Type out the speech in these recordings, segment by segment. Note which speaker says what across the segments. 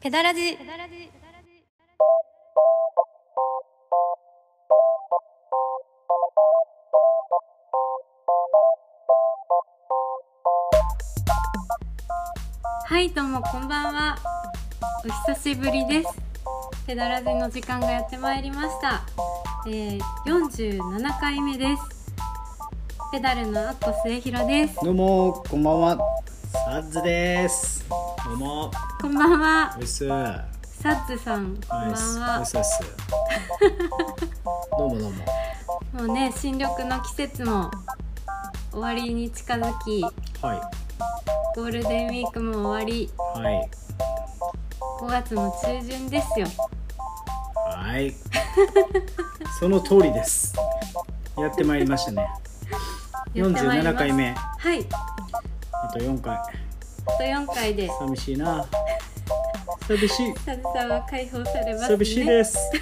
Speaker 1: ペダラジはいどうもこんばんはお久しぶりですペダラジの時間がやってまいりました、えー、47回目ですペダルのアッコ末広です
Speaker 2: どうもこんばんはサッズですどうも
Speaker 1: こんばんは
Speaker 2: おいっすお
Speaker 1: サッズさんこんばん
Speaker 2: いっすおい
Speaker 1: は
Speaker 2: っすおいっす どうもどうも
Speaker 1: もうね新緑の季節も終わりに近づき
Speaker 2: は
Speaker 1: ゴールデンウィークも終わり
Speaker 2: いはい
Speaker 1: 5月の中旬ですよ
Speaker 2: はい その通りですやってまいりましたね
Speaker 1: やってまいります
Speaker 2: 47回目あ
Speaker 1: はい
Speaker 2: と4回
Speaker 1: あと4回で
Speaker 2: 寂し いな寂しい
Speaker 1: サズさんは解放されますね
Speaker 2: 寂しいです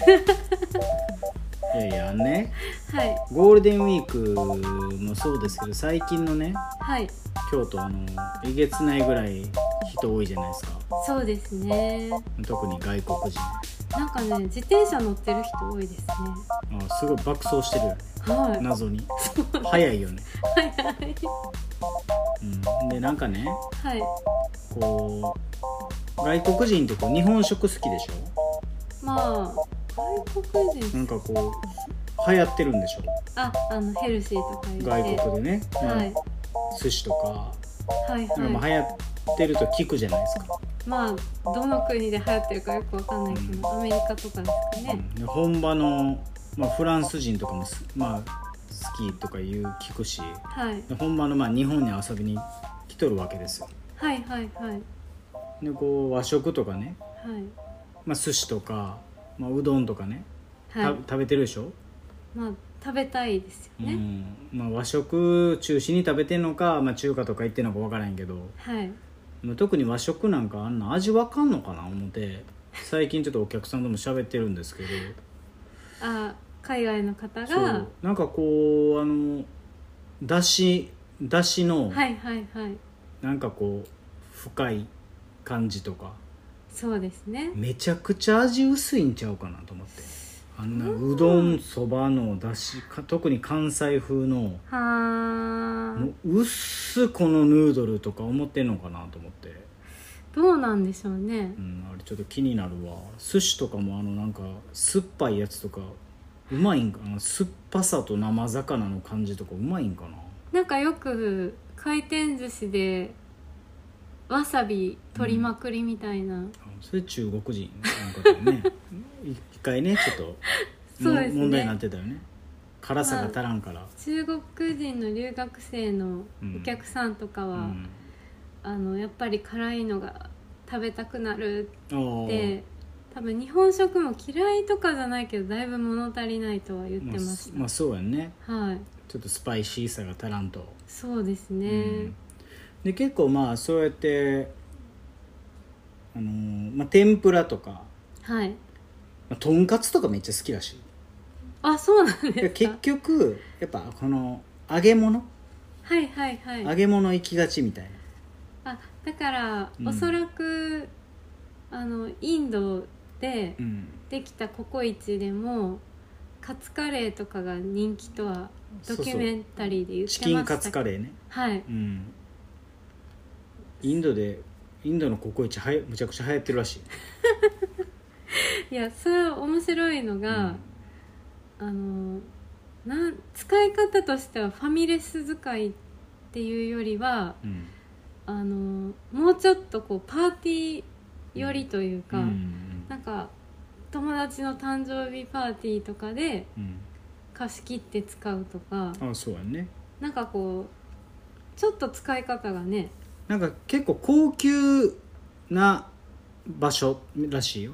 Speaker 2: いやいやね
Speaker 1: はい
Speaker 2: ゴールデンウィークもそうですけど最近のね
Speaker 1: はい
Speaker 2: 京都あのえげつないぐらい人多いじゃないですか
Speaker 1: そうですね
Speaker 2: 特に外国人あ
Speaker 1: なんかね自転車乗ってる人多いですね
Speaker 2: すごい爆走してるよね
Speaker 1: はい
Speaker 2: 謎に早いよね、
Speaker 1: はい
Speaker 2: うん、でなんかね
Speaker 1: はい
Speaker 2: こう外国人ってこう日本食好きでしょ
Speaker 1: まあ外国人
Speaker 2: なんかこう流行ってるんでしょ
Speaker 1: ああのヘルシーとか言って
Speaker 2: 外国でね、うん
Speaker 1: はい
Speaker 2: 寿司とか
Speaker 1: はい
Speaker 2: なんかまあ
Speaker 1: はい
Speaker 2: 流行ってると聞くじゃないですか、
Speaker 1: まあどの国で流行ってるかよくわかんないけど、アメリカとかですか
Speaker 2: う
Speaker 1: ね
Speaker 2: んで本場の、まあ、フランス人とかもすまあ好きとか言う聞くし
Speaker 1: はい
Speaker 2: で本場のまあ日本に遊びに来とるわけですよ
Speaker 1: はいはいはいはい
Speaker 2: でこう和食とかね、まあ、寿司とか、まあ、うどんとかね、
Speaker 1: はい
Speaker 2: た食べてるでしょ、
Speaker 1: まあ食べたいですよ
Speaker 2: う
Speaker 1: ね、
Speaker 2: んまあ、和食中心に食べてんのか、まあ、中華とか行ってんのか分からんけど
Speaker 1: はい
Speaker 2: まあ特に和食なんかあんな味分かんのかな思って最近ちょっとお客さんとも喋ってるんですけど
Speaker 1: あ海外の方
Speaker 2: そ
Speaker 1: が
Speaker 2: うなんかこうあのだしだしの
Speaker 1: はいはいはい
Speaker 2: なんかこう深い感じとか、
Speaker 1: そうですね
Speaker 2: めちゃくちゃ味薄いんちゃうかなと思ってあんなうどんそばのだしか特に関西風の
Speaker 1: はあ
Speaker 2: もう薄このヌードルとか思ってんのかなと思って、
Speaker 1: どうなんでしょうね
Speaker 2: うん、あれちょっと気になるわ寿司とかもあのなんか酸っぱいやつとかうまいんかな酸っぱさと生魚の感じとかうまいんかな
Speaker 1: なんかよく回転寿司でわさび取りまくりみたいな、
Speaker 2: あのそれ中国人の方ね一回ねちょっと
Speaker 1: そう
Speaker 2: も
Speaker 1: ですね
Speaker 2: 問題になってたよね辛さが足らんから、
Speaker 1: 中国人の留学生のお客さんとかは、
Speaker 2: うん
Speaker 1: あのやっぱり辛いのが食べたくなる
Speaker 2: あー
Speaker 1: って多分日本食も嫌いとかじゃないけどだいぶ物足りないとは言ってました、
Speaker 2: あ、まあそうやんね
Speaker 1: はい
Speaker 2: ちょっとスパイシーさが足らんと、
Speaker 1: そうです
Speaker 2: う
Speaker 1: ね、
Speaker 2: んで結構まあそうやってあのーまあ、天ぷらとか、
Speaker 1: はい
Speaker 2: まあ、とんかつとかめっちゃ好きだしい
Speaker 1: あそうなん
Speaker 2: いや
Speaker 1: です
Speaker 2: 結
Speaker 1: か
Speaker 2: 局やっぱこの揚げ物、
Speaker 1: はいはいはい
Speaker 2: 揚げ物行きがちみたいな
Speaker 1: あだから、
Speaker 2: うん
Speaker 1: おそらくあのインドで
Speaker 2: うん
Speaker 1: できたココイチでもカツカレーとかが人気とはドキュメンタリーで言ってまし
Speaker 2: チ
Speaker 1: た
Speaker 2: キンカツカ
Speaker 1: レー
Speaker 2: レーね
Speaker 1: はい
Speaker 2: うんインドでインドのココイチはやむちゃくちゃ流行ってるらしい、
Speaker 1: いやそれ面白いのが、あのなん使い方としてはファミレス使いっていうよりは
Speaker 2: うん
Speaker 1: あのもうちょっとこうパーティー寄りという
Speaker 2: う
Speaker 1: か、
Speaker 2: んうん
Speaker 1: なんか友達の誕生日パーティーとかで
Speaker 2: うん
Speaker 1: 貸し切って使うとか
Speaker 2: うんあそうやんね
Speaker 1: なんかこうちょっと使い方がね
Speaker 2: なんか結構高級な場所らしいよ、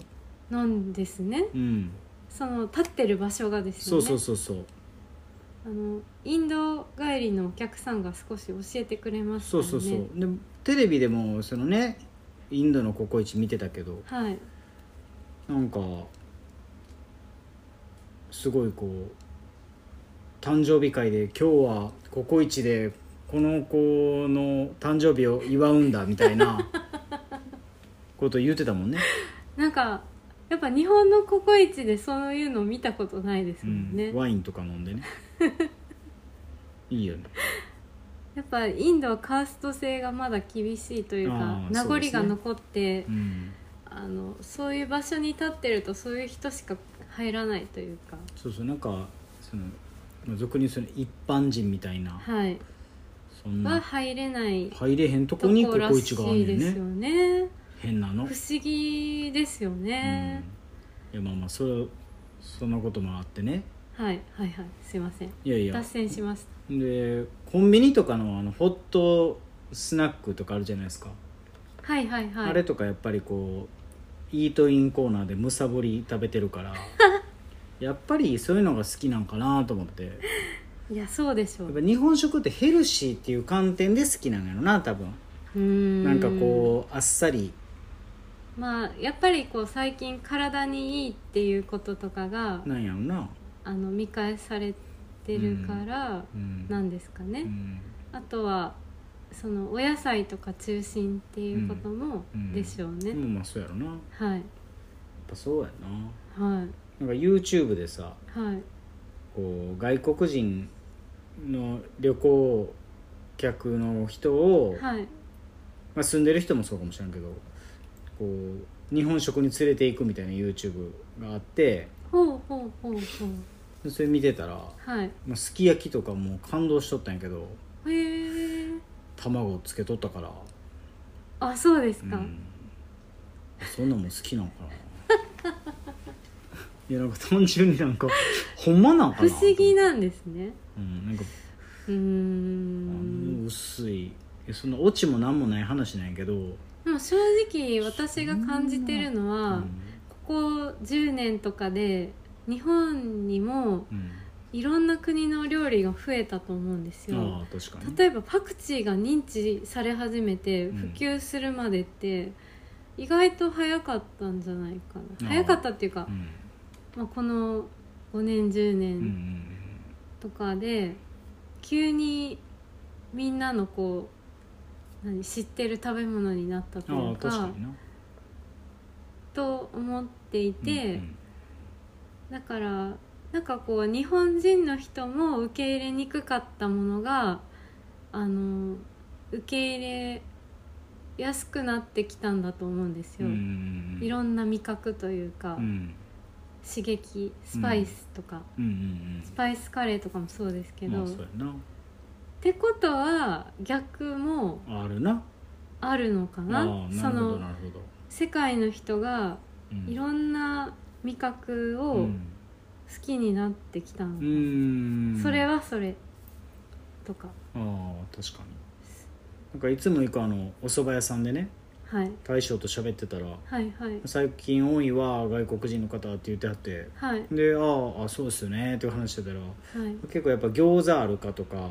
Speaker 1: なんですね
Speaker 2: うん、
Speaker 1: その立ってる場所がですよ
Speaker 2: そう
Speaker 1: ね
Speaker 2: そうそうそう
Speaker 1: あのインド帰りのお客さんが少し教えてくれました
Speaker 2: そう
Speaker 1: ね
Speaker 2: そうそうでテレビでもそのねインドのココイチ見てたけど
Speaker 1: はい
Speaker 2: なんかすごいこう誕生日会で今日はココイチでこの子 の誕生日を祝うんだみたいなこと言ってたもんね
Speaker 1: なんかやっぱ日本のココイチでそういうの見たことないです
Speaker 2: う
Speaker 1: もん
Speaker 2: ん
Speaker 1: ね、
Speaker 2: ワインとか飲んでね いいよね
Speaker 1: やっぱインドはカースト性がまだ厳しいというか
Speaker 2: あー
Speaker 1: 名
Speaker 2: そう
Speaker 1: 残
Speaker 2: ですね
Speaker 1: が残ってそう,、
Speaker 2: うん
Speaker 1: あのそういう場所に立ってるとそういう人しか入らないというか
Speaker 2: そうそうなんかそのまあ俗にその一般人みたいな
Speaker 1: はい、
Speaker 2: そん
Speaker 1: は
Speaker 2: な
Speaker 1: 入れない
Speaker 2: 入れへんと
Speaker 1: と
Speaker 2: こにコ
Speaker 1: こら
Speaker 2: コイチ
Speaker 1: し
Speaker 2: がある
Speaker 1: い
Speaker 2: んね
Speaker 1: ですよ
Speaker 2: ね
Speaker 1: ね
Speaker 2: 変なの
Speaker 1: 不思議ですよね、
Speaker 2: うん、いやまあまあそれそんなこともあってね
Speaker 1: はいはいはいすいません
Speaker 2: いやいや
Speaker 1: 脱線しまし
Speaker 2: でコンビニとかのあのホットスナックとかあるじゃないですか、
Speaker 1: たはいはいはい
Speaker 2: あれとかやっぱりこうイートインコーナーでむさぼり食べてるから やっぱりそういうのが好きなんかなと思ってや
Speaker 1: いやそうでしょ
Speaker 2: っ
Speaker 1: う
Speaker 2: ぱ日本食ってヘルシーっていう観点で好きなんやろな多分
Speaker 1: うーん
Speaker 2: なんかこうあっさり
Speaker 1: うまあやっぱりこう最近体にいいっていうこととかが
Speaker 2: なんやろな、
Speaker 1: あの見返されてるから
Speaker 2: うん、
Speaker 1: なんですかね、
Speaker 2: うん
Speaker 1: あとはそのお野菜とか中心っていうことも
Speaker 2: うん
Speaker 1: でしょうね、
Speaker 2: でもまあそうやろなやっ
Speaker 1: はい
Speaker 2: ぱそうやな
Speaker 1: はい
Speaker 2: なんか YouTube でさ
Speaker 1: はい
Speaker 2: こう外国人の旅行客の人を、
Speaker 1: はい
Speaker 2: まあ、住んでる人もそうかもしれんけどこう日本食に連れていくみたいな YouTube があって
Speaker 1: ほうほうほうほう
Speaker 2: でそれ見てたら、
Speaker 1: はい
Speaker 2: まあ、すき焼きとかもう感動しとったんやけど
Speaker 1: へえ
Speaker 2: 卵をつけとったから、
Speaker 1: あそうです
Speaker 2: う
Speaker 1: か、
Speaker 2: ん、そんなんも好きなんかな いやなんか単純になんかほんまなんか
Speaker 1: 不
Speaker 2: な
Speaker 1: 思議、なんですね
Speaker 2: うん、なんか
Speaker 1: うーん
Speaker 2: うん薄いいやそんなオチも何もない話なんやけど、
Speaker 1: でも正直私が感じてるの
Speaker 2: う
Speaker 1: は、
Speaker 2: ん
Speaker 1: ここ10年とかで日本にも
Speaker 2: うん、
Speaker 1: いろんな国の料理が増えたと思うんですよ
Speaker 2: ああ確かに
Speaker 1: 例えばパクチーが認知され始めて
Speaker 2: うん
Speaker 1: 普及するまでって意外と早かったんじゃないか
Speaker 2: ああ
Speaker 1: な早かったっていうか
Speaker 2: う、ん
Speaker 1: まあ、この5年10
Speaker 2: うん
Speaker 1: 年とかで急にみんなのこう何知ってる食べ物になったと
Speaker 2: うんうん、
Speaker 1: い
Speaker 2: ああ
Speaker 1: う
Speaker 2: 確か
Speaker 1: か
Speaker 2: にな
Speaker 1: と思っていて、
Speaker 2: うん
Speaker 1: だからなんかこう日本人の人も受け入れにくかったものがあの受け入れやすくなってきたんだと思うんです
Speaker 2: う
Speaker 1: よ、
Speaker 2: んうん
Speaker 1: いろんな味覚というか、
Speaker 2: うん
Speaker 1: 刺激スパイスとか、
Speaker 2: うんうんうん
Speaker 1: スパイスカレーとかもそうですけど、
Speaker 2: まあ
Speaker 1: っ
Speaker 2: そうやな
Speaker 1: てことは逆も
Speaker 2: あるな
Speaker 1: あるのかな
Speaker 2: ああな
Speaker 1: そ
Speaker 2: るほど
Speaker 1: の
Speaker 2: なるほど、
Speaker 1: 世界の人が
Speaker 2: うん、
Speaker 1: いろんな味覚
Speaker 2: う
Speaker 1: を好
Speaker 2: ん
Speaker 1: きになってきたのかな、
Speaker 2: うん
Speaker 1: それはそれとか
Speaker 2: ああ確かになんかいつも行くあのお蕎麦屋さんでね
Speaker 1: はい
Speaker 2: 大将と喋ってたら
Speaker 1: はいはい
Speaker 2: 最近多いわ外国人の方って言ってはって
Speaker 1: はいはい
Speaker 2: であああそうですよねっていう話してたら結構やっぱ餃子あるかとか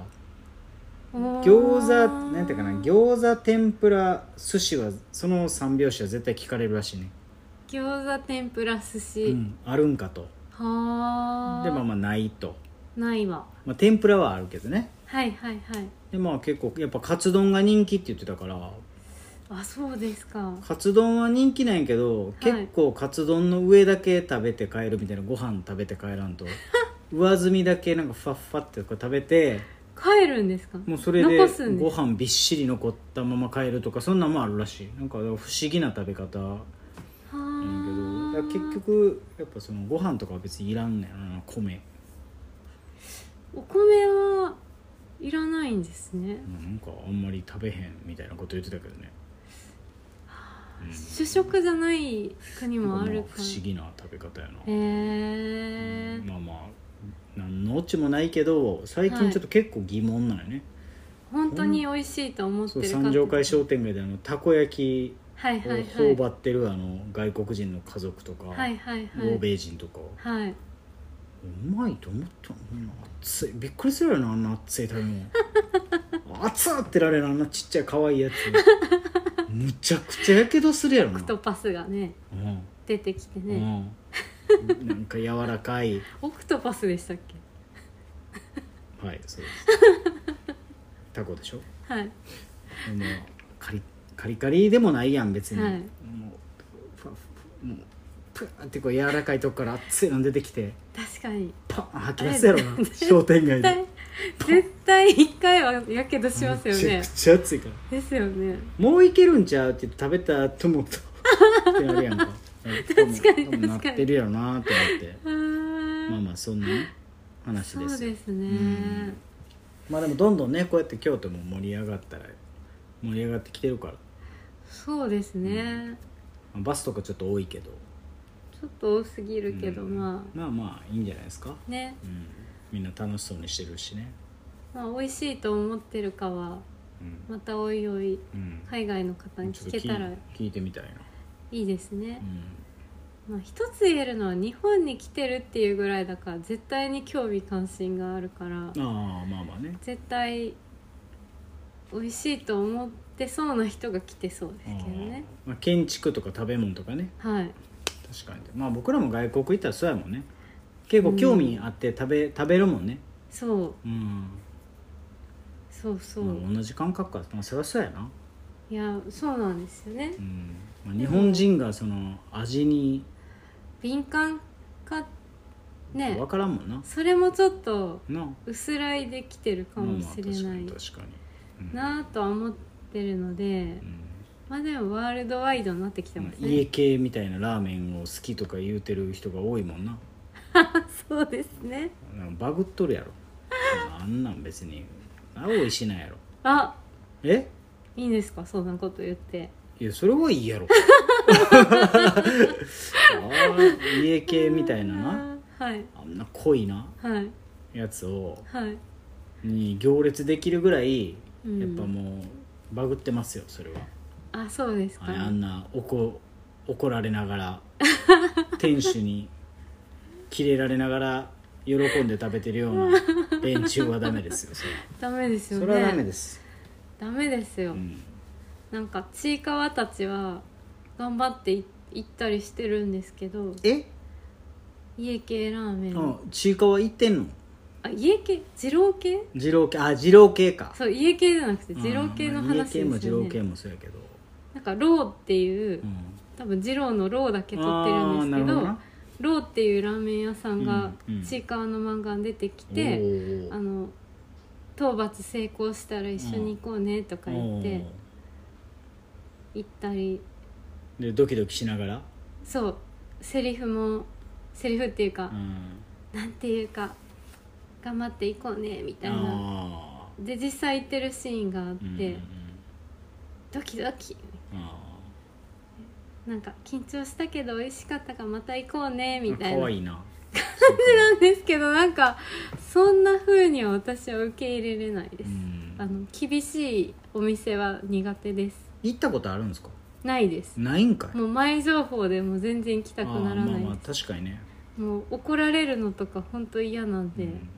Speaker 2: 餃子なんていうかな
Speaker 1: 餃
Speaker 2: 餃子天ぷら寿司はその三拍子は絶対聞かれるらしいね、
Speaker 1: 餃子天ぷら寿司、
Speaker 2: うん、あるんかと
Speaker 1: はあ
Speaker 2: でまあまあないと、
Speaker 1: ないわ
Speaker 2: まあ、天ぷらはあるけどね
Speaker 1: はいはいはい
Speaker 2: でまあ結構やっぱカツ丼が人気って言ってたから
Speaker 1: あそうですか
Speaker 2: カツ丼は人気なんやけど、結構カツ丼の上だけ食べて帰るみたいなご飯食べて帰 らんと上積みだけなんかファッファってこう食べて
Speaker 1: 帰るんですか
Speaker 2: もうそれで
Speaker 1: 残すん
Speaker 2: ご
Speaker 1: です
Speaker 2: 飯びっしり残ったまま帰るとかそんなんもあるらしいなんか不思議な食べ方
Speaker 1: は
Speaker 2: やねん
Speaker 1: あ
Speaker 2: けどだから結局やっぱそのご飯とかは別にいらんねんな米、
Speaker 1: お米はいらないんですね
Speaker 2: うんなんかあんまり食べへんみたいなこと言ってたけどね、
Speaker 1: 主食じゃない国
Speaker 2: うん、
Speaker 1: も
Speaker 2: な
Speaker 1: あ
Speaker 2: んかま
Speaker 1: る
Speaker 2: あ
Speaker 1: か
Speaker 2: 不思議な食べ方やな、
Speaker 1: へえ
Speaker 2: まあまあ何のオチもないけど最近ちょっと結構疑問なんよね、
Speaker 1: 本当に美味しいと思って
Speaker 2: そ
Speaker 1: るか
Speaker 2: う三条会商店街であのたこ焼
Speaker 1: はい
Speaker 2: き
Speaker 1: はいは
Speaker 2: を
Speaker 1: い
Speaker 2: 頬張ってるあの外国人の家族とか、
Speaker 1: はいはいは
Speaker 2: 欧
Speaker 1: い
Speaker 2: 米人とか
Speaker 1: はい、
Speaker 2: うまいと思ったのにな熱いびっくりするよなあんな熱い食べ 物熱っってられるあんなちっちゃい可愛いやつむちゃくちゃやけどする やろな、
Speaker 1: オクトパスがね
Speaker 2: うん
Speaker 1: 出てきて
Speaker 2: う
Speaker 1: ね、
Speaker 2: ん、なんか柔らかい
Speaker 1: オクトパスでしたっけ
Speaker 2: はい そうですタコでしょ
Speaker 1: はい
Speaker 2: でもカリカリカリでもないやん別に、
Speaker 1: はい
Speaker 2: もうふわふもうプーンってこう柔らかいとこから熱いの出てきて
Speaker 1: 確かに
Speaker 2: パーン吐き出すやろな商店
Speaker 1: 絶
Speaker 2: 街
Speaker 1: 対
Speaker 2: で
Speaker 1: 絶対一回はやけどしますよ
Speaker 2: めちゃ
Speaker 1: ね
Speaker 2: くちゃ熱いから
Speaker 1: ですよね
Speaker 2: もういけるんちゃうって言って食べたと思うとってなるやんか確
Speaker 1: かに
Speaker 2: なっ
Speaker 1: 確かに
Speaker 2: てるやろなと思って
Speaker 1: あー
Speaker 2: まあまあそんなね話
Speaker 1: そ
Speaker 2: で
Speaker 1: う
Speaker 2: すよ
Speaker 1: です
Speaker 2: ん
Speaker 1: ね
Speaker 2: まあでもどんどんねこうやって京都も盛り上がったら盛り上がってきてるから
Speaker 1: そうですね
Speaker 2: まあバスとかちょっと多いけど
Speaker 1: ちょっと多すぎるけど
Speaker 2: うん
Speaker 1: ま
Speaker 2: まあまあいいんじゃないですか、
Speaker 1: あね
Speaker 2: うん、みんな楽しそうにしてるしね
Speaker 1: まあ美味しいと思ってるかは
Speaker 2: うん、
Speaker 1: またおいおい
Speaker 2: うん
Speaker 1: 海外の方に
Speaker 2: ちょ
Speaker 1: 聞
Speaker 2: っと
Speaker 1: けたらい
Speaker 2: 聞いてみたいな、
Speaker 1: いですね
Speaker 2: う、ん、
Speaker 1: まあ、一つ言えるのは日本に来てるっていうぐらいだから絶対に興味関心があるから
Speaker 2: ああまあまあね
Speaker 1: 絶対美味しいと思ってそうな人が来てそうですけどね
Speaker 2: あーまあ、建築とか食べ物とかね
Speaker 1: はい
Speaker 2: 確かにまあ僕らも外国行ったらそうやもんね結構興味あって食べ,、食べるもんね
Speaker 1: そう
Speaker 2: うん、
Speaker 1: そうそう、
Speaker 2: まあ、同じ感覚か、まあ、そりゃそうやな、
Speaker 1: いやそうなんですよね
Speaker 2: うんまあ、日本人がその味に
Speaker 1: 敏感かね
Speaker 2: 分からんもんな、
Speaker 1: それもちょっと
Speaker 2: なあ
Speaker 1: 薄らいできてるかもしれ
Speaker 2: まあ
Speaker 1: な
Speaker 2: ま
Speaker 1: い
Speaker 2: あ確かに確かに、うん
Speaker 1: なぁとは思ってるのでまあでもワールドワイドになってきて
Speaker 2: うん
Speaker 1: ます
Speaker 2: 家
Speaker 1: ね
Speaker 2: 系みたいなラーメンを好きとか言うてる人が多いもんな
Speaker 1: そうですね
Speaker 2: なんかバグっとるやろあんなん別にあおいしないやろ
Speaker 1: あ
Speaker 2: え
Speaker 1: いいんですかそんなこと言って
Speaker 2: いやそれはいいやろあー家系みたいなな
Speaker 1: あーはい
Speaker 2: あんな濃いな
Speaker 1: はい
Speaker 2: やつを
Speaker 1: はい
Speaker 2: に行列できるぐら
Speaker 1: う
Speaker 2: い、
Speaker 1: ん
Speaker 2: やっぱもうバグってますよそれは
Speaker 1: あそうですか
Speaker 2: ああんな怒怒られながら店主にキレられながら喜んで食べてるような連中はダメですよそれは
Speaker 1: ダメですよ
Speaker 2: そ
Speaker 1: ね
Speaker 2: れはダメです、
Speaker 1: ダメですよ、
Speaker 2: うん、
Speaker 1: なんかちいかわたちは頑張ってい行ったりしてるんですけど
Speaker 2: え
Speaker 1: 家系ラーメン、
Speaker 2: あちいかわ行ってんの
Speaker 1: あ家系二郎系
Speaker 2: 二郎系あ二郎系か
Speaker 1: そう家系じゃなくて二郎系の
Speaker 2: うんまあ
Speaker 1: 話
Speaker 2: 家系も
Speaker 1: です
Speaker 2: 二
Speaker 1: よ
Speaker 2: 郎
Speaker 1: ね
Speaker 2: 系もそうやけど、
Speaker 1: なんかローっていう、
Speaker 2: うん、
Speaker 1: 多分二郎のローだけ取ってるんですけどローっていうラーメン屋さんが
Speaker 2: うんうん
Speaker 1: ちいかわの漫画に出てき
Speaker 2: で
Speaker 1: て、あの討伐成功したら一緒に行こうねとか言って行ったり
Speaker 2: でドキドキしながら、
Speaker 1: そうセリフもセリフっていうか
Speaker 2: う、ん、
Speaker 1: なんていうか頑張っていこうねみたいな
Speaker 2: あー
Speaker 1: で実際行ってるシーンがあって、
Speaker 2: うんうんうん
Speaker 1: ドキドキ
Speaker 2: あ
Speaker 1: なんか緊張したけど美味しかったからまた行こうね
Speaker 2: ー
Speaker 1: みたい
Speaker 2: 可
Speaker 1: な
Speaker 2: 愛いな
Speaker 1: なんですけどなんかそんな風には私は受け入れれないです、
Speaker 2: うん
Speaker 1: あの厳しいお店は苦手です
Speaker 2: 行ったことあるんですか
Speaker 1: ないです
Speaker 2: ないんかい
Speaker 1: もう前情報でもう全然来たくなら
Speaker 2: あ
Speaker 1: ないです
Speaker 2: ーまあまあ確かにね、
Speaker 1: もう怒られるのとか本当嫌なんで,、
Speaker 2: うん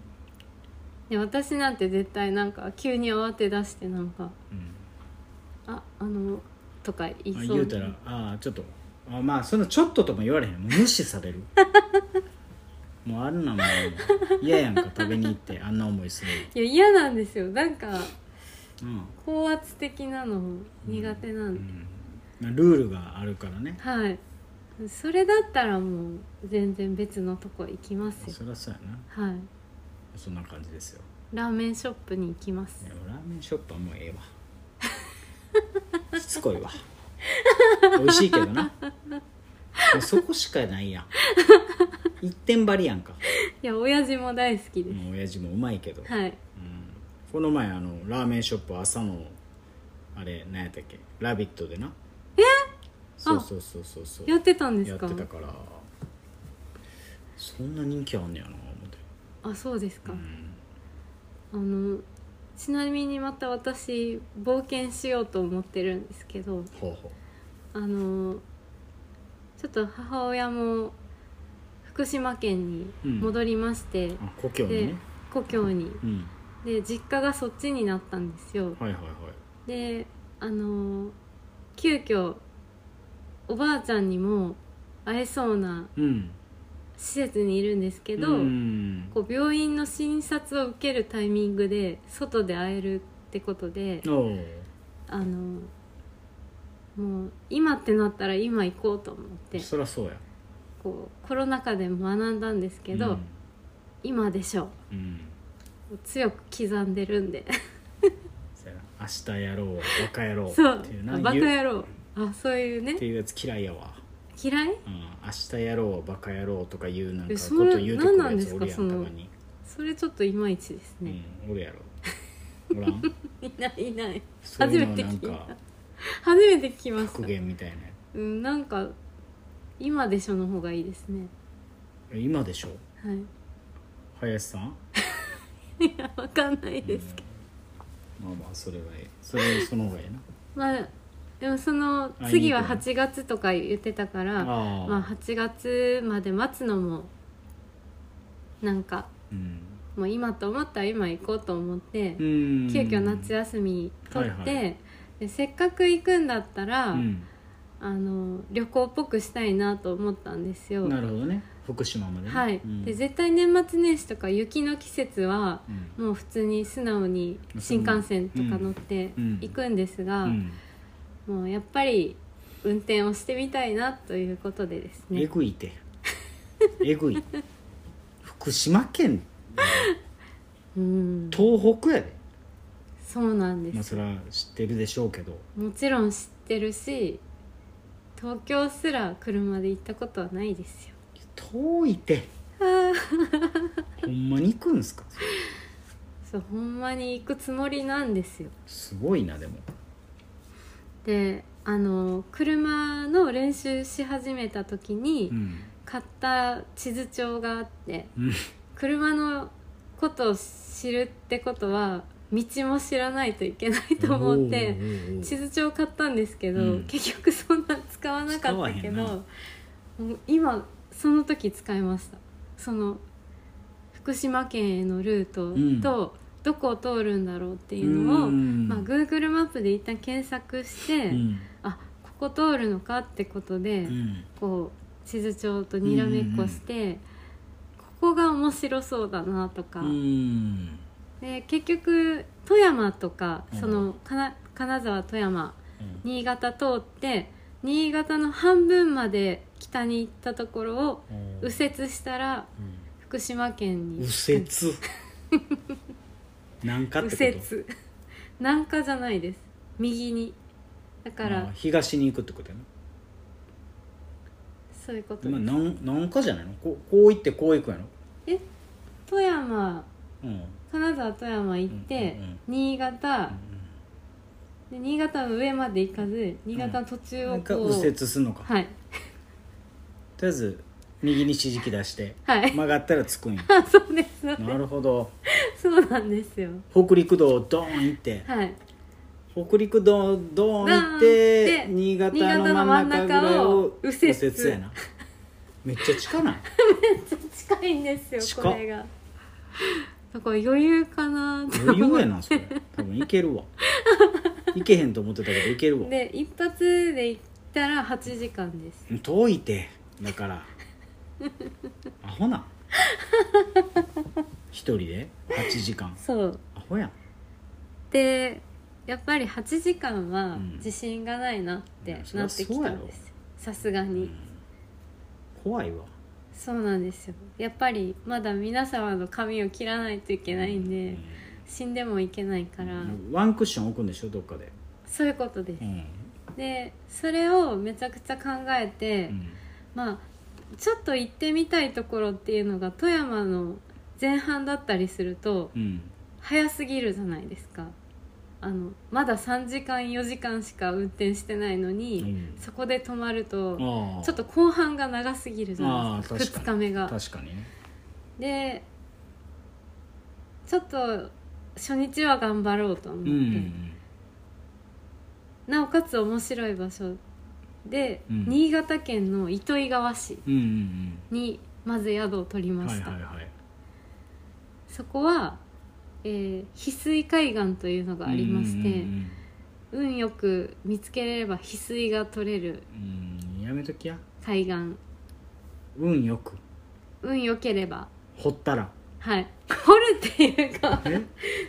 Speaker 1: で私なんて絶対なんか急に慌て出してなんか
Speaker 2: うん
Speaker 1: 「ああの」とか言い
Speaker 2: あ
Speaker 1: そう
Speaker 2: 言うたらああちょっとあまあそのちょっととも言われへんもう無視される もうあんなもん嫌やんか食べに行ってあんな思いする、
Speaker 1: いや嫌なんですよなんか
Speaker 2: うん
Speaker 1: 高圧的なの苦手なん
Speaker 2: う
Speaker 1: で、
Speaker 2: んまあ、ルールがあるからね
Speaker 1: はいそれだったらもう全然別のとこ行きますよ
Speaker 2: そりゃそうやな
Speaker 1: はい
Speaker 2: そんな感じですよ
Speaker 1: ラーメンショップに行きます
Speaker 2: でもラーメンショップはもう ええわしつこいわ美味しいけどなもうそこしかないやん一点張りやんか
Speaker 1: いや親父も大好きです、
Speaker 2: もう親父もうまいけど、
Speaker 1: はい
Speaker 2: うんこの前あのラーメンショップ朝のあれ何やったっけ「ラビット!」でなそうそうそうそうそう
Speaker 1: やってたんです
Speaker 2: やっ
Speaker 1: か
Speaker 2: てたからそんな人気あんねやな思って、
Speaker 1: あそうです
Speaker 2: う
Speaker 1: か、
Speaker 2: ん、
Speaker 1: あのちなみにまた私冒険しようと思ってるんですけど
Speaker 2: ほうほ
Speaker 1: あのちょっと母親も福島県に戻りまして、
Speaker 2: うあ故郷に
Speaker 1: で
Speaker 2: ね
Speaker 1: 故郷に
Speaker 2: うん
Speaker 1: で実家がそっちになったんですよ
Speaker 2: はいはいはい
Speaker 1: であの急遽おばあちゃんにも会えそうな
Speaker 2: うん
Speaker 1: 施設にいるんですけど、
Speaker 2: うん
Speaker 1: こう病院の診察を受けるタイミングで外で会えるってことで
Speaker 2: おう
Speaker 1: あのもう今ってなったら今行こうと思っって
Speaker 2: そりゃそうや
Speaker 1: こうコロナ禍でも学んだんですけど、今でしょ
Speaker 2: うん、うん、
Speaker 1: う強く刻んでるんで
Speaker 2: そうやな明日やろうバカやろう
Speaker 1: そう
Speaker 2: っていう
Speaker 1: あ
Speaker 2: な
Speaker 1: バカ
Speaker 2: 言う
Speaker 1: 野郎あそういうね
Speaker 2: っていうやつ嫌いやわ、
Speaker 1: 嫌い
Speaker 2: うん、明日やろうバカやろうとか言うなん
Speaker 1: え
Speaker 2: かこと
Speaker 1: それ
Speaker 2: 言うてく
Speaker 1: 何
Speaker 2: る
Speaker 1: なん
Speaker 2: や
Speaker 1: で
Speaker 2: つ
Speaker 1: す
Speaker 2: お
Speaker 1: か
Speaker 2: るやんた
Speaker 1: その
Speaker 2: まに、
Speaker 1: それちょっといまいちですね、
Speaker 2: うんおるやろ おらん
Speaker 1: いないいない
Speaker 2: そういうの
Speaker 1: 初めて
Speaker 2: なん
Speaker 1: 聞いた
Speaker 2: か
Speaker 1: 初めて聞きまし
Speaker 2: 復
Speaker 1: た、
Speaker 2: 元みたいなや
Speaker 1: うん、なんか今でしょの方がいいですね
Speaker 2: つ今でしょ
Speaker 1: はい
Speaker 2: 林さん
Speaker 1: いやわかんないですけど、
Speaker 2: まあまあそれはええそれその方がええな
Speaker 1: まあでもその
Speaker 2: あ
Speaker 1: 次
Speaker 2: い
Speaker 1: はい
Speaker 2: とこ
Speaker 1: 8月とか言ってたから
Speaker 2: あ あ
Speaker 1: まあ8月まで待つのもなんか
Speaker 2: うん
Speaker 1: もう今と思ったら今行こうと思って、
Speaker 2: うん
Speaker 1: 急遽夏休み取って、
Speaker 2: はいは
Speaker 1: でせっかく行くんだったら、
Speaker 2: う
Speaker 1: あの旅行っぽくしたいなと思ったんですよ
Speaker 2: ん、なるほどね福島までね
Speaker 1: はい、
Speaker 2: うん
Speaker 1: で絶対年末年始とか雪の季節は
Speaker 2: うん
Speaker 1: もう普通に素直に新幹線とか乗って
Speaker 2: うん
Speaker 1: 行くんですが、
Speaker 2: うん
Speaker 1: もうやっぱり運転をしてみたいなということでです
Speaker 2: え
Speaker 1: ね
Speaker 2: ぐいてえぐい福島県
Speaker 1: うん
Speaker 2: 東北やで
Speaker 1: そうなんです
Speaker 2: まあそれは知ってるでしょうけど
Speaker 1: もちろん知ってるし東京すら車で行ったことはないですよ
Speaker 2: 遠い てほんまに行くんすか
Speaker 1: そうほんまに行くつもりなんですよ
Speaker 2: すごいなでも
Speaker 1: であの車の練習し始めた時に
Speaker 2: うん
Speaker 1: 買った地図帳があって
Speaker 2: うん
Speaker 1: 車のことを知るってことは道も知らないといけないと思って地
Speaker 2: 図
Speaker 1: 図帳買ったんですけど、
Speaker 2: うん
Speaker 1: 結局そんな使わなかったけ
Speaker 2: 使
Speaker 1: ど
Speaker 2: わへん
Speaker 1: もう今その時使いましたその福島県へのルートと、どこを通るんだろうっていうのを、まあ、Google マップで一旦検索して、
Speaker 2: うん
Speaker 1: あここ通るのかってことで、
Speaker 2: うん
Speaker 1: こう地図帳とにらめっこして、ここが面白そうだなとか、
Speaker 2: うん
Speaker 1: で結局富山とか
Speaker 2: うん
Speaker 1: そのかな金沢富山新潟通って新潟の半分まで北に行ったところを
Speaker 2: うん
Speaker 1: 右折したら
Speaker 2: う
Speaker 1: 福島県
Speaker 2: ん
Speaker 1: に
Speaker 2: 右折なんかってこと
Speaker 1: 右折 南下じゃないです右にだか
Speaker 2: あー
Speaker 1: ら
Speaker 2: 東に行くってことやな
Speaker 1: そういうこと
Speaker 2: まあ、
Speaker 1: です
Speaker 2: なんなんかじゃないのこうこう行ってこう行くんやろ、
Speaker 1: 富山
Speaker 2: うんうん
Speaker 1: 金沢富山行って
Speaker 2: うんうんうん
Speaker 1: 新潟で新潟の上まで行かず新潟の途
Speaker 2: うん、
Speaker 1: 中
Speaker 2: な
Speaker 1: を
Speaker 2: んか
Speaker 1: こう、
Speaker 2: 右折すんのか、
Speaker 1: はい
Speaker 2: とりあえず右に指示器出して
Speaker 1: はい
Speaker 2: 曲がったらつくんや
Speaker 1: あ そうです
Speaker 2: なるほど
Speaker 1: そうなんですよ
Speaker 2: 北陸道ドーン行って
Speaker 1: はい
Speaker 2: 北陸道ドーン行
Speaker 1: ドー
Speaker 2: っ
Speaker 1: ン行ってて
Speaker 2: 新潟の真ん中ぐら
Speaker 1: 新潟の真ん
Speaker 2: いを
Speaker 1: 中を右折
Speaker 2: 右折やなめっちゃ近ない
Speaker 1: 近いんです
Speaker 2: 近
Speaker 1: よ
Speaker 2: っ
Speaker 1: これがだから余裕かなと
Speaker 2: 余裕やなそれ多分行けるわ行けへんと思ってたけど行けるわ
Speaker 1: で一発で行ったら8時間です
Speaker 2: 遠いてだからアホな一人で8時間
Speaker 1: そう
Speaker 2: アホやん
Speaker 1: でやっぱり8時間は
Speaker 2: うん
Speaker 1: 自信がないなって
Speaker 2: そり
Speaker 1: な
Speaker 2: ゃ
Speaker 1: ってき
Speaker 2: そう
Speaker 1: た
Speaker 2: やろ
Speaker 1: んですよさすが
Speaker 2: う
Speaker 1: に、
Speaker 2: ん怖いわ
Speaker 1: そうなんですよやっぱりまだ皆様の髪を切らないといけないんで、死んでもいけないから、
Speaker 2: うんワンクッション置くんでしょどっかで
Speaker 1: そういうことです、
Speaker 2: うん
Speaker 1: でそれをめちゃくちゃ考えて、
Speaker 2: うん
Speaker 1: まあちょっと行ってみたいところっていうのが富山の前半だったりすると
Speaker 2: うん
Speaker 1: 早すぎるじゃないですかあのまだ3時間4時間しか運転してないのに、
Speaker 2: うん
Speaker 1: そこで止まると
Speaker 2: ああ
Speaker 1: ちょっと後半が長すぎるじゃないですか
Speaker 2: あー確か
Speaker 1: 2
Speaker 2: に
Speaker 1: 日目が
Speaker 2: 確かにね
Speaker 1: でちょっと初日は頑張ろうと思っ
Speaker 2: う
Speaker 1: て、
Speaker 2: ん
Speaker 1: なおかつ面白い場所で、
Speaker 2: うん
Speaker 1: 新潟県の糸魚川市
Speaker 2: うんうん
Speaker 1: にまず宿を取り
Speaker 2: う
Speaker 1: ま
Speaker 2: んはい
Speaker 1: した、
Speaker 2: はいはい
Speaker 1: そこは、えー翡翠海岸というのがありまして、
Speaker 2: うん
Speaker 1: 運よく見つけれれば翡翠が取れる
Speaker 2: うんうんうんやめときや
Speaker 1: 海岸
Speaker 2: 運よく
Speaker 1: 運よければ
Speaker 2: 掘ったら
Speaker 1: はい掘るっていうか
Speaker 2: え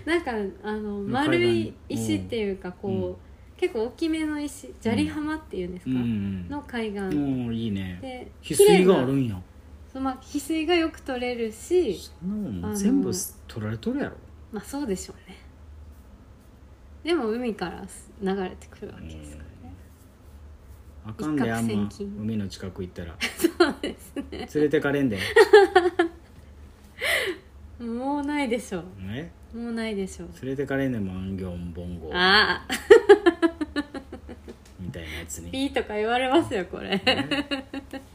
Speaker 1: なんかあの丸い
Speaker 2: 海岸に
Speaker 1: 石っていうかこう、
Speaker 2: うん
Speaker 1: 結構大きめの石砂利浜っていうんです
Speaker 2: う
Speaker 1: か、
Speaker 2: ん
Speaker 1: の海岸、
Speaker 2: うんおーいいね
Speaker 1: で
Speaker 2: 翡翠があ
Speaker 1: 綺
Speaker 2: る
Speaker 1: 麗なん
Speaker 2: や
Speaker 1: そうまあ、翡翠がよく取れるし
Speaker 2: そんな
Speaker 1: あ
Speaker 2: もん
Speaker 1: の
Speaker 2: 全部取られとるやろ
Speaker 1: まあそうでしょうねでも海からす流れてくるわけですからね
Speaker 2: あかんであん
Speaker 1: 一攫千
Speaker 2: ま
Speaker 1: 金
Speaker 2: 海の近く行ったら
Speaker 1: そうですね
Speaker 2: 連れてかれんで
Speaker 1: もうないでしょ
Speaker 2: ね
Speaker 1: うもうないでしょう
Speaker 2: 連れてかれんでも安行ボンゴ
Speaker 1: ああ
Speaker 2: みたいなやつに、
Speaker 1: ピーとか言われますよこれ
Speaker 2: ね、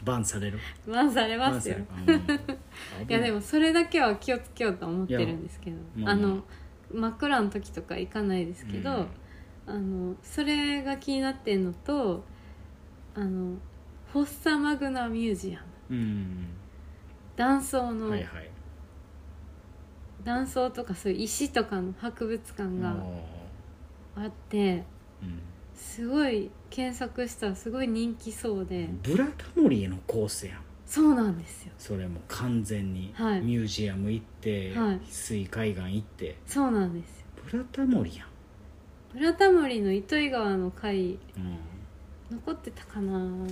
Speaker 2: バンされる
Speaker 1: バンされ
Speaker 2: バ
Speaker 1: ま
Speaker 2: ン
Speaker 1: す
Speaker 2: さ
Speaker 1: よ
Speaker 2: れるうん
Speaker 1: いやでもそれだけは気をつけようと思ってるんですけど、
Speaker 2: いや
Speaker 1: あ
Speaker 2: まあま
Speaker 1: の真っ暗の時とか行かないですけど、
Speaker 2: うん
Speaker 1: あのそれが気になってんのとあのフォッサマグナミュージアム
Speaker 2: うん
Speaker 1: 断層
Speaker 2: うん
Speaker 1: の、
Speaker 2: はいはい
Speaker 1: 断層とかそういう石とかの博物館があって
Speaker 2: うん
Speaker 1: すごい検索したらすごい人気そうで
Speaker 2: ブラタモリへのコースやん
Speaker 1: そうなんですよ
Speaker 2: それも完全に、
Speaker 1: はい
Speaker 2: ミュージアム行って、
Speaker 1: はい
Speaker 2: 翡翠海岸行って
Speaker 1: そうなんですよ
Speaker 2: ブラタモリやん、
Speaker 1: 「ブラタモリの糸魚川の会
Speaker 2: う
Speaker 1: 残ってたかな
Speaker 2: ん、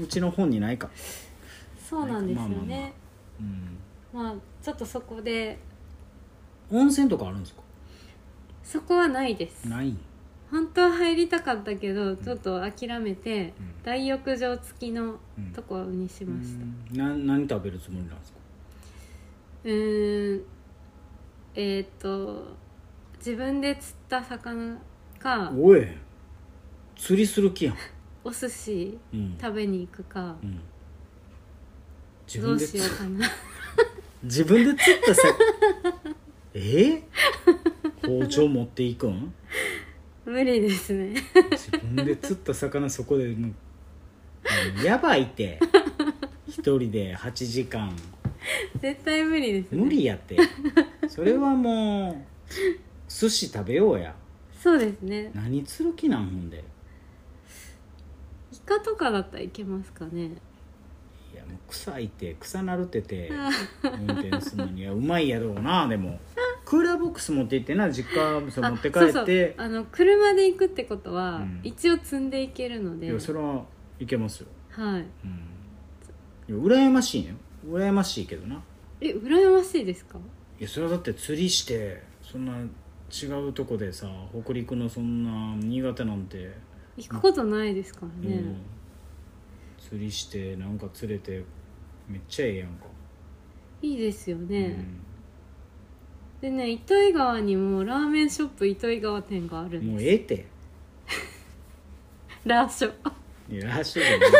Speaker 2: うちの本にないか、
Speaker 1: そうなんですよね、
Speaker 2: まあまあまあうん、
Speaker 1: まあちょっとそこで
Speaker 2: 温泉とかあるんですか
Speaker 1: そこはないです
Speaker 2: ない、
Speaker 1: 本当は入りたかったけどちょっと諦めて、
Speaker 2: うん
Speaker 1: 大浴場付きの
Speaker 2: うん
Speaker 1: とこにしました
Speaker 2: うんな何食べるつもりなんですか
Speaker 1: うーんえーっ、と自分で釣った魚か
Speaker 2: おい釣りする気やん、
Speaker 1: お寿司
Speaker 2: うん
Speaker 1: 食べに行くか
Speaker 2: うん、自
Speaker 1: ど
Speaker 2: 分
Speaker 1: う
Speaker 2: で
Speaker 1: しようかな
Speaker 2: 自分で釣ったさえ包丁持っていくん
Speaker 1: 無理ですね
Speaker 2: 自分で釣った魚そこでもうあのやばいって一人で8時間
Speaker 1: 絶対無理ですね
Speaker 2: 無理やってそれはもう寿司食べようや
Speaker 1: そうですね
Speaker 2: 何釣る気なんほんで
Speaker 1: イカとかだったらいけますかね
Speaker 2: いやもう臭いって臭なるってて運転するのにいやうまいやろうなでもクーラーボックス持って行ってな実家そう
Speaker 1: あ
Speaker 2: 持って帰
Speaker 1: そう
Speaker 2: っ
Speaker 1: そう
Speaker 2: て
Speaker 1: あの車で行くってことは、
Speaker 2: うん
Speaker 1: 一応積んでいけるの
Speaker 2: い
Speaker 1: で
Speaker 2: やそれはいけますよ、
Speaker 1: はい
Speaker 2: うん、いや羨ましいね羨ましいけどな
Speaker 1: え羨ましいですか
Speaker 2: いやそれはだって釣りしてそんな違うとこでさ北陸のそんな新潟なんて、
Speaker 1: 行くことないですから
Speaker 2: う
Speaker 1: ね、
Speaker 2: ん釣りしてなんか釣れてめっちゃええやんか、
Speaker 1: いいですよ
Speaker 2: う
Speaker 1: ね、
Speaker 2: ん
Speaker 1: でね糸魚川にもラーメンショップ糸魚川店があるん
Speaker 2: もう
Speaker 1: です
Speaker 2: ええって
Speaker 1: ラーショ
Speaker 2: いやらしいじゃない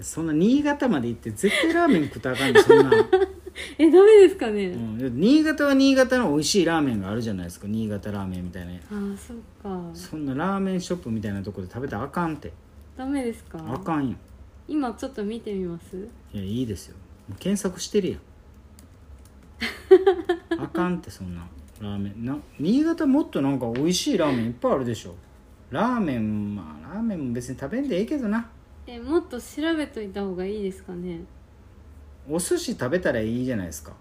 Speaker 2: そんな新潟まで行って絶対ラーメン食ったらあかんのそんな、
Speaker 1: えダメですかね、
Speaker 2: うん、新潟は新潟の美味しいラーメンがあるじゃないですか新潟ラーメンみたいな
Speaker 1: ああそっか
Speaker 2: そんなラーメンショップみたいなとこで食べたらあかんって
Speaker 1: ダメですか
Speaker 2: あかんよ
Speaker 1: 今ちょっと見てみます
Speaker 2: いやいいですよもう検索してるやんあかんってそんなラーメンな新潟もっとなんか美味しいラーメンいっぱいあるでしょラーメンまあラーメンも別に食べんでええけどな
Speaker 1: えもっと調べといた方がいいですかね
Speaker 2: お寿司食べたらいいじゃないですか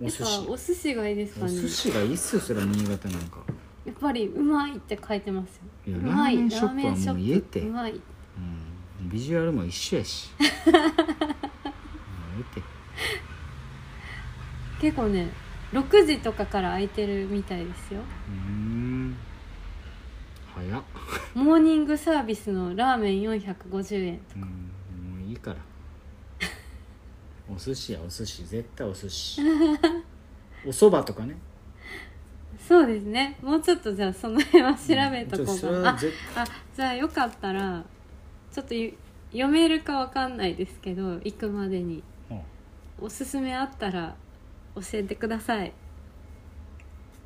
Speaker 2: お寿
Speaker 1: やっ
Speaker 2: 司
Speaker 1: ぱお寿司がいいですか
Speaker 2: お
Speaker 1: ね
Speaker 2: 寿司がいいっすよそれは新潟なんか、
Speaker 1: やっぱりうまいって書いてますよ
Speaker 2: い
Speaker 1: う
Speaker 2: や
Speaker 1: まい
Speaker 2: ラー
Speaker 1: ラ
Speaker 2: メ
Speaker 1: ーメ
Speaker 2: ンショップは
Speaker 1: ンショップ
Speaker 2: もう言えて
Speaker 1: うまい
Speaker 2: うん、ビジュアルも一緒やしもうええて
Speaker 1: 結構ね6時とかから空いてるみたいですよ
Speaker 2: うーん早っ、
Speaker 1: モーニングサービスのラーメン450円
Speaker 2: うん、もういいからお寿司やお寿司絶対お 寿司おそばとかね
Speaker 1: そうですねもうちょっとじゃあその辺は調べとこ
Speaker 2: ちょっとそうれ
Speaker 1: か
Speaker 2: は
Speaker 1: な
Speaker 2: 絶
Speaker 1: あじゃあよかったらちょっとゆ読めるかわかんないですけど行くまでに
Speaker 2: うん
Speaker 1: おすすめあったら教えてください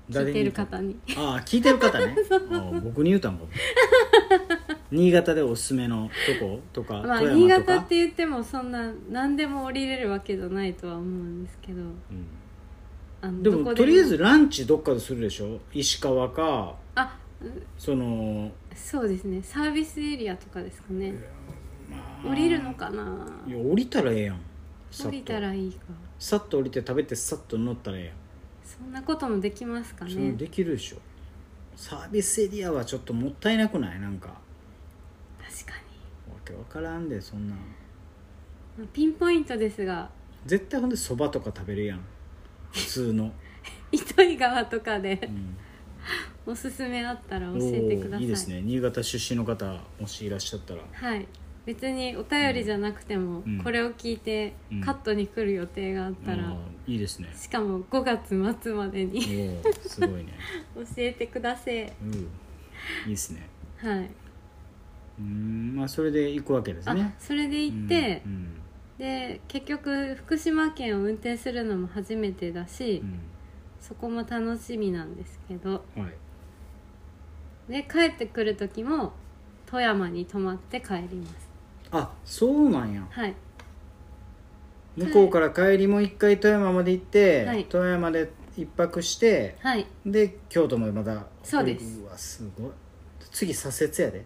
Speaker 1: 聞
Speaker 2: 誰
Speaker 1: い
Speaker 2: に
Speaker 1: て
Speaker 2: 言
Speaker 1: る
Speaker 2: うた
Speaker 1: 方に
Speaker 2: ああ聞いてる 方ねああ僕に言うたんかも新潟でおすすめのとことか、
Speaker 1: まあ
Speaker 2: 富
Speaker 1: 新
Speaker 2: 山とか
Speaker 1: 潟って言ってもそんな何でも降りれるわけじゃないとは思うんですけど
Speaker 2: うん
Speaker 1: あの
Speaker 2: で
Speaker 1: ど
Speaker 2: も
Speaker 1: こと
Speaker 2: りあえずランチどっかでするでしょ石川か
Speaker 1: あ
Speaker 2: その
Speaker 1: そうですねサービスエリアとかですかね降りるのかない
Speaker 2: や降りたらええやんさ
Speaker 1: 降
Speaker 2: っ
Speaker 1: り
Speaker 2: と
Speaker 1: たらいいか
Speaker 2: さっと降りて食べてさっと乗ったらええやん、
Speaker 1: そんなこともできますか
Speaker 2: それ
Speaker 1: ね
Speaker 2: できるでしょサービスエリアはちょっともったいなくないなんかわ
Speaker 1: 確か
Speaker 2: けわからんでそんなん
Speaker 1: にピンポイントですが
Speaker 2: 絶対ほんでそばとか食べるやん普通の、
Speaker 1: 糸魚川とか
Speaker 2: う
Speaker 1: で
Speaker 2: ん、
Speaker 1: おすすめあったら教えてくだ
Speaker 2: お
Speaker 1: さ
Speaker 2: ー
Speaker 1: い
Speaker 2: いですね新潟出身の方もしいらっしゃったら
Speaker 1: はい別にお便りじゃなくても、
Speaker 2: うん
Speaker 1: これを聞いて
Speaker 2: うん
Speaker 1: カットに来る予定があったら、
Speaker 2: あーいいですね
Speaker 1: しかも5月末まで
Speaker 2: お
Speaker 1: に
Speaker 2: ーすごいね
Speaker 1: 教えてください
Speaker 2: うんいいですね
Speaker 1: はい、
Speaker 2: うーんまあそれで行くわけです
Speaker 1: あ
Speaker 2: ね
Speaker 1: それで行って、
Speaker 2: うん
Speaker 1: で結局福島県を運転するのも初めてだし、
Speaker 2: うん
Speaker 1: そこも楽しみなんですけど
Speaker 2: うんはい
Speaker 1: で帰ってくる時も富山に泊まって帰ります
Speaker 2: あそうなんや
Speaker 1: はい
Speaker 2: 向こうから帰りも一回富山まで行って、
Speaker 1: はい
Speaker 2: 富山で一泊して
Speaker 1: はい
Speaker 2: で京都までまた
Speaker 1: そうです
Speaker 2: うわすごい次左折やで、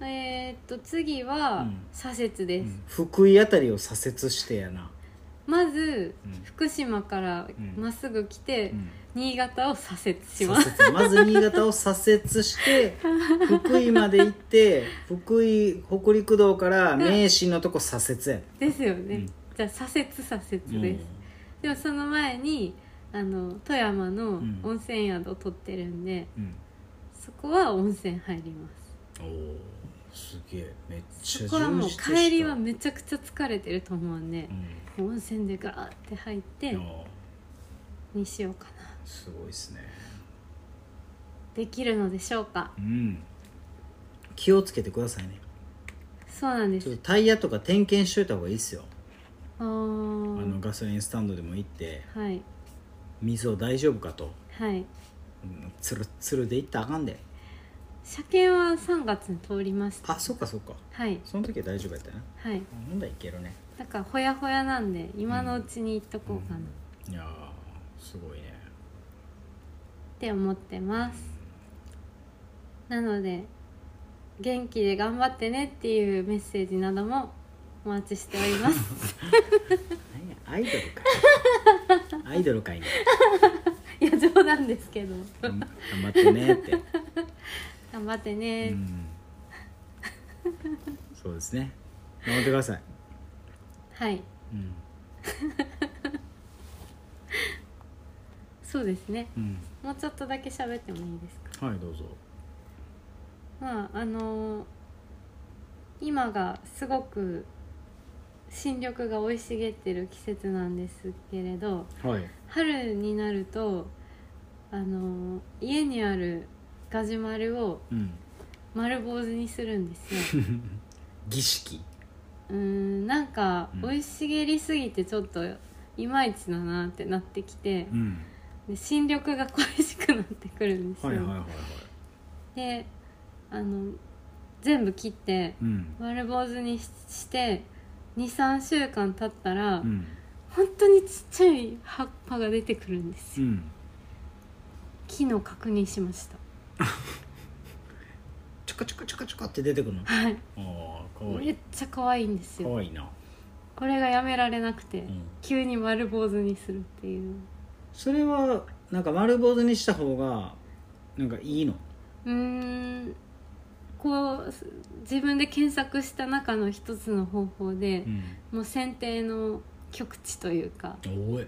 Speaker 1: えー、っと次は
Speaker 2: うん
Speaker 1: 左折です、
Speaker 2: うん福井あたりを左折してやな、
Speaker 1: まず
Speaker 2: うん
Speaker 1: 福島から
Speaker 2: ん
Speaker 1: まっすぐ来て、
Speaker 2: うん
Speaker 1: 新潟を左折し
Speaker 2: 左
Speaker 1: ます
Speaker 2: 折まず新潟を左折して 福井まで行って福井北陸道から名神のとこ左折やで
Speaker 1: ですよね、
Speaker 2: うん
Speaker 1: じゃあ左折左折です、
Speaker 2: う
Speaker 1: でもその前にあの富山の
Speaker 2: ん
Speaker 1: 温泉宿を取ってるんで、
Speaker 2: ん
Speaker 1: そこは温泉入ります
Speaker 2: おーすげえめっち
Speaker 1: そ
Speaker 2: ゃ
Speaker 1: こはもう
Speaker 2: 充実した
Speaker 1: 帰りはめちゃくちゃ疲れてると思うんで
Speaker 2: う、ん
Speaker 1: 温泉でガーって入って
Speaker 2: あ
Speaker 1: にしようかな
Speaker 2: ーすごいですね
Speaker 1: できるのでしょうか
Speaker 2: うん気をつけてくださいね
Speaker 1: そうなんで
Speaker 2: ちょっ
Speaker 1: す
Speaker 2: とタイヤとか点検しといた方がいいっすよ、
Speaker 1: あ
Speaker 2: あ
Speaker 1: ー
Speaker 2: のガソリンスタンドでも行って
Speaker 1: はい
Speaker 2: 水を大丈夫かと、
Speaker 1: はい
Speaker 2: うん、つるつるで行ったらあかんで
Speaker 1: 車検は3月に通りました
Speaker 2: あそっかそっか
Speaker 1: はい
Speaker 2: その時は大丈夫やったよな
Speaker 1: はい
Speaker 2: あなんだいけるね
Speaker 1: だからほやほやなんで今のうちに行っとこうかなっ
Speaker 2: いやーすごいね
Speaker 1: て思ってますなので元気で頑張ってねっていうメッセージなどもお待ちしております
Speaker 2: 何やアイドルか いアイドルかいね
Speaker 1: いや冗談ですけど
Speaker 2: 頑頑張ってねって、
Speaker 1: 頑張って
Speaker 2: う
Speaker 1: ね、
Speaker 2: ん、そうですね頑張ってください、
Speaker 1: はい
Speaker 2: うん
Speaker 1: そうですね
Speaker 2: う
Speaker 1: もうちょっとだけ喋ってもいいですか
Speaker 2: ん、はいどうぞ
Speaker 1: まああのー今がすごく新緑が生い茂ってる季節なんですけれど
Speaker 2: はい
Speaker 1: 春になるとあのー家にあるガジュマルを
Speaker 2: うん
Speaker 1: 丸坊主にするんです よ
Speaker 2: 儀式
Speaker 1: うーんなんか
Speaker 2: うん
Speaker 1: 生い茂りすぎてちょっといまいちだなってなってきて
Speaker 2: うん
Speaker 1: で新緑が恋しくなってくるんですよ、
Speaker 2: はいはいはいはい
Speaker 1: であの全部切って
Speaker 2: うん
Speaker 1: 丸坊主にしして23週間経ったら、
Speaker 2: うん
Speaker 1: 本当にちっちゃい葉っぱが出てくるんです
Speaker 2: う
Speaker 1: よ
Speaker 2: ん
Speaker 1: 木の確認しました
Speaker 2: ちょこちょこちょこちょこって出てくるの
Speaker 1: はい
Speaker 2: ああかわい
Speaker 1: めっ
Speaker 2: い
Speaker 1: ちゃ可愛いんです
Speaker 2: か
Speaker 1: よ
Speaker 2: わいいな、
Speaker 1: これがやめられなくて、
Speaker 2: うん、
Speaker 1: 急に丸坊主にするっていう
Speaker 2: それはなんか丸坊主にした方がなんかいいの
Speaker 1: うーんこうす自分で検索した中の一つの方法で
Speaker 2: う、ん
Speaker 1: もう剪定の極地というか
Speaker 2: おい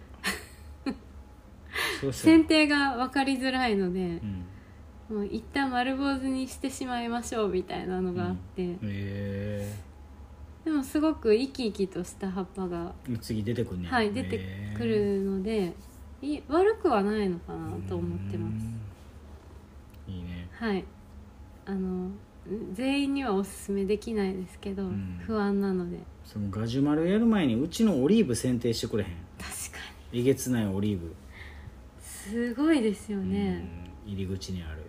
Speaker 2: そうそう
Speaker 1: 剪定が分かりづらいので、
Speaker 2: うん
Speaker 1: もう一旦丸坊主にしてしまいましょうみたいなのがあって、
Speaker 2: へえ
Speaker 1: でもすごく生き生きとした葉っぱが、
Speaker 2: 次出てくるね
Speaker 1: はい出てくるので、い悪くはないのか
Speaker 2: へ
Speaker 1: な
Speaker 2: ー
Speaker 1: と思ってます
Speaker 2: うんいいね
Speaker 1: はいあの全員にはおすすめできないですけど、
Speaker 2: ん
Speaker 1: 不安なので
Speaker 2: そのガジュマルやる前にうちのオリーブ剪定してくれへん
Speaker 1: 確かに
Speaker 2: えげつないオリーブ、
Speaker 1: すごいですよね、
Speaker 2: うん入り口にある、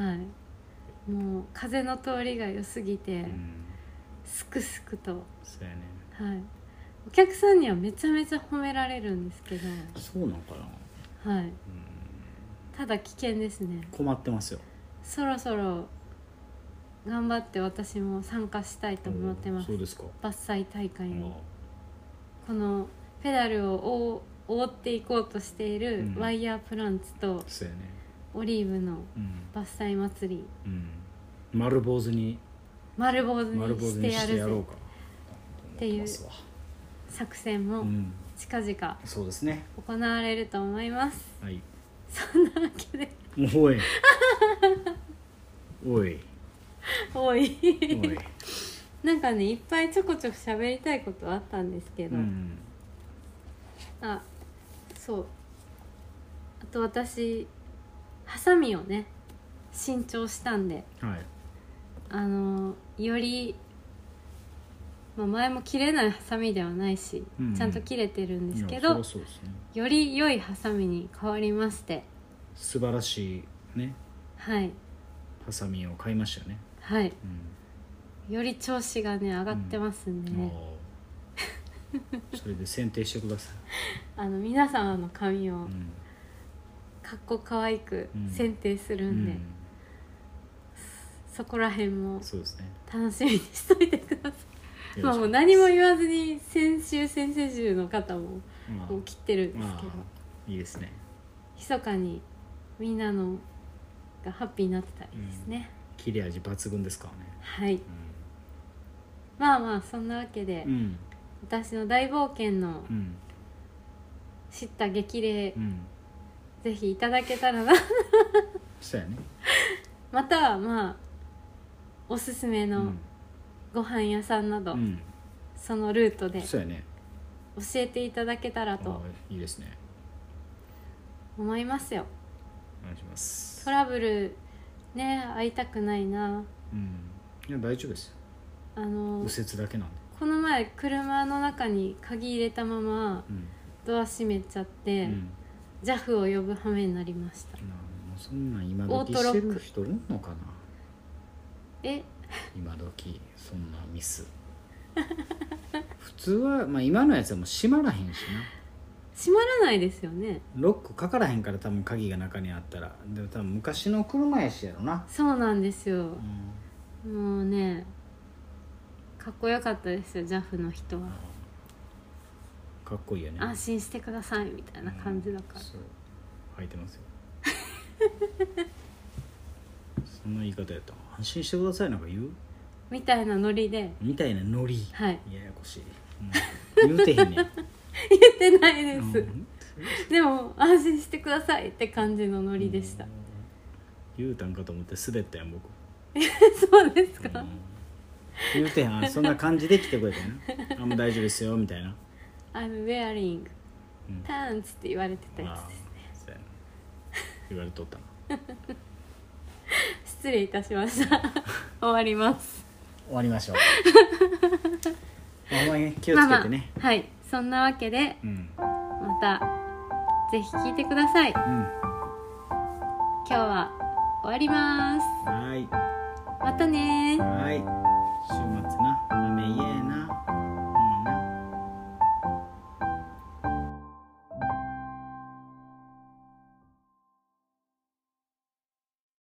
Speaker 1: はいもう風の通りが良すぎて、
Speaker 2: うん、
Speaker 1: すくすくと
Speaker 2: そうやね
Speaker 1: はいお客さんにはめちゃめちゃ褒められるんですけど
Speaker 2: そうなんかな、
Speaker 1: はい
Speaker 2: うん、
Speaker 1: ただ危険ですね
Speaker 2: 困ってますよ
Speaker 1: そろそろ頑張って私も参加したいと思ってます
Speaker 2: そうですか、
Speaker 1: 伐採大会
Speaker 2: あ
Speaker 1: に
Speaker 2: あ
Speaker 1: このペダルを覆覆っていこうとしている
Speaker 2: うん
Speaker 1: ワイヤープランツと
Speaker 2: そうやね
Speaker 1: 黄オリーブの
Speaker 2: うん
Speaker 1: 伐採祭り
Speaker 2: うん丸坊主に
Speaker 1: 丸坊主
Speaker 2: 丸
Speaker 1: に
Speaker 2: 坊主
Speaker 1: して
Speaker 2: に
Speaker 1: や
Speaker 2: して
Speaker 1: る
Speaker 2: やろう
Speaker 1: ぜ
Speaker 2: か
Speaker 1: ていう
Speaker 2: と思ますわ
Speaker 1: 作戦
Speaker 2: う
Speaker 1: も
Speaker 2: ん
Speaker 1: 近々
Speaker 2: そうですね
Speaker 1: 行われると思います、
Speaker 2: はい
Speaker 1: そんなわけで
Speaker 2: おい おい
Speaker 1: おい
Speaker 2: おい、
Speaker 1: なんかねいっぱいちょこちょこ喋りたいことあったんですけ
Speaker 2: う
Speaker 1: ど、
Speaker 2: ん、
Speaker 1: あそうあと私ハサミをね新調したんで
Speaker 2: はい
Speaker 1: あのより、まあ、前も切れないハサミではないし、
Speaker 2: うん
Speaker 1: ちゃんと切れてるんですけ
Speaker 2: いやそり
Speaker 1: ど
Speaker 2: ゃそうですね
Speaker 1: より良いハサミに変わりまして
Speaker 2: 素晴らしいね
Speaker 1: はい
Speaker 2: ハサミを買いましたよね、
Speaker 1: はい
Speaker 2: うん
Speaker 1: より調子がね上がってますんでね、
Speaker 2: あーそれで剪定してく ださ
Speaker 1: あの皆様の髪
Speaker 2: い、
Speaker 1: を
Speaker 2: うん
Speaker 1: かっこかわいく
Speaker 2: うん
Speaker 1: 剪定するんで、そこら辺も
Speaker 2: うん、そうですね
Speaker 1: 楽しみにしといてください
Speaker 2: よ
Speaker 1: まあ
Speaker 2: ろし
Speaker 1: もう
Speaker 2: く
Speaker 1: 何も言わずに先週先々週の方も
Speaker 2: まあ
Speaker 1: もう切ってるんです
Speaker 2: ま
Speaker 1: けど
Speaker 2: あいいですね
Speaker 1: 密かにみんなのがハッピーになってたらいいですね、
Speaker 2: 切れ味抜群ですからね
Speaker 1: はいまあまあそんなわけで、
Speaker 2: うん
Speaker 1: 私の大冒険の
Speaker 2: うん
Speaker 1: 知った激励、
Speaker 2: うん
Speaker 1: ぜひいただけた らな
Speaker 2: そうやね
Speaker 1: またはまあおすすめ
Speaker 2: う
Speaker 1: の
Speaker 2: ん
Speaker 1: ご飯屋さんなど、
Speaker 2: うん
Speaker 1: そのルートで教
Speaker 2: そうやね
Speaker 1: えていただけたら
Speaker 2: あ
Speaker 1: と
Speaker 2: ーいいですね
Speaker 1: 思いますよ
Speaker 2: お願いします
Speaker 1: トラブルね会いたくないな
Speaker 2: うんいや大丈夫ですよ
Speaker 1: あの
Speaker 2: 右折だけなんで
Speaker 1: この前車の中に鍵入れたまま
Speaker 2: うん
Speaker 1: ドア閉めちゃっ
Speaker 2: う
Speaker 1: て、
Speaker 2: ん
Speaker 1: JAF を呼ぶ羽目になりました
Speaker 2: なあもうそんなん今
Speaker 1: オー
Speaker 2: 時
Speaker 1: トロ
Speaker 2: し
Speaker 1: ッ
Speaker 2: て
Speaker 1: ク
Speaker 2: る人おんのかな
Speaker 1: え
Speaker 2: 今時そんなミス 普通はまあ今のやつはもう閉まらへんしな
Speaker 1: 閉まらないですよね
Speaker 2: ロックかからへんから多分鍵が中にあったらでも多分昔の車やしやろな、
Speaker 1: そうなんですよ
Speaker 2: うん
Speaker 1: もうねかっこよかったですよ JAF の人は
Speaker 2: かっこいいよね
Speaker 1: 安心してくださいみたいな感じだから
Speaker 2: うんそう履いてますよ そんな言い方やったら安心してくださいなんか言う
Speaker 1: みたいなノリで
Speaker 2: みたいなノリ
Speaker 1: はい
Speaker 2: ややこしい、うん、言うてへん ねん、
Speaker 1: 言ってないで
Speaker 2: うん
Speaker 1: す、でも安心してくださいって感じのノリでした、
Speaker 2: うん言うたんかと思って滑った やん僕、
Speaker 1: そうです
Speaker 2: う
Speaker 1: か、
Speaker 2: ん言うてへんあそんな感じで来てくれてねあもう大丈夫ですよみたいな
Speaker 1: I'm wearing
Speaker 2: うん
Speaker 1: pants って言われてたや
Speaker 2: あーそうやな言われとったな
Speaker 1: つ失礼いたしました 終わります
Speaker 2: 終わり ましょうまあほんまにね気を
Speaker 1: まあ
Speaker 2: つけ
Speaker 1: ま
Speaker 2: てね、
Speaker 1: あはいそんなわけで
Speaker 2: うん
Speaker 1: またぜひ聞いてください今
Speaker 2: うん
Speaker 1: 日は終わります
Speaker 2: はい
Speaker 1: またねー
Speaker 2: はい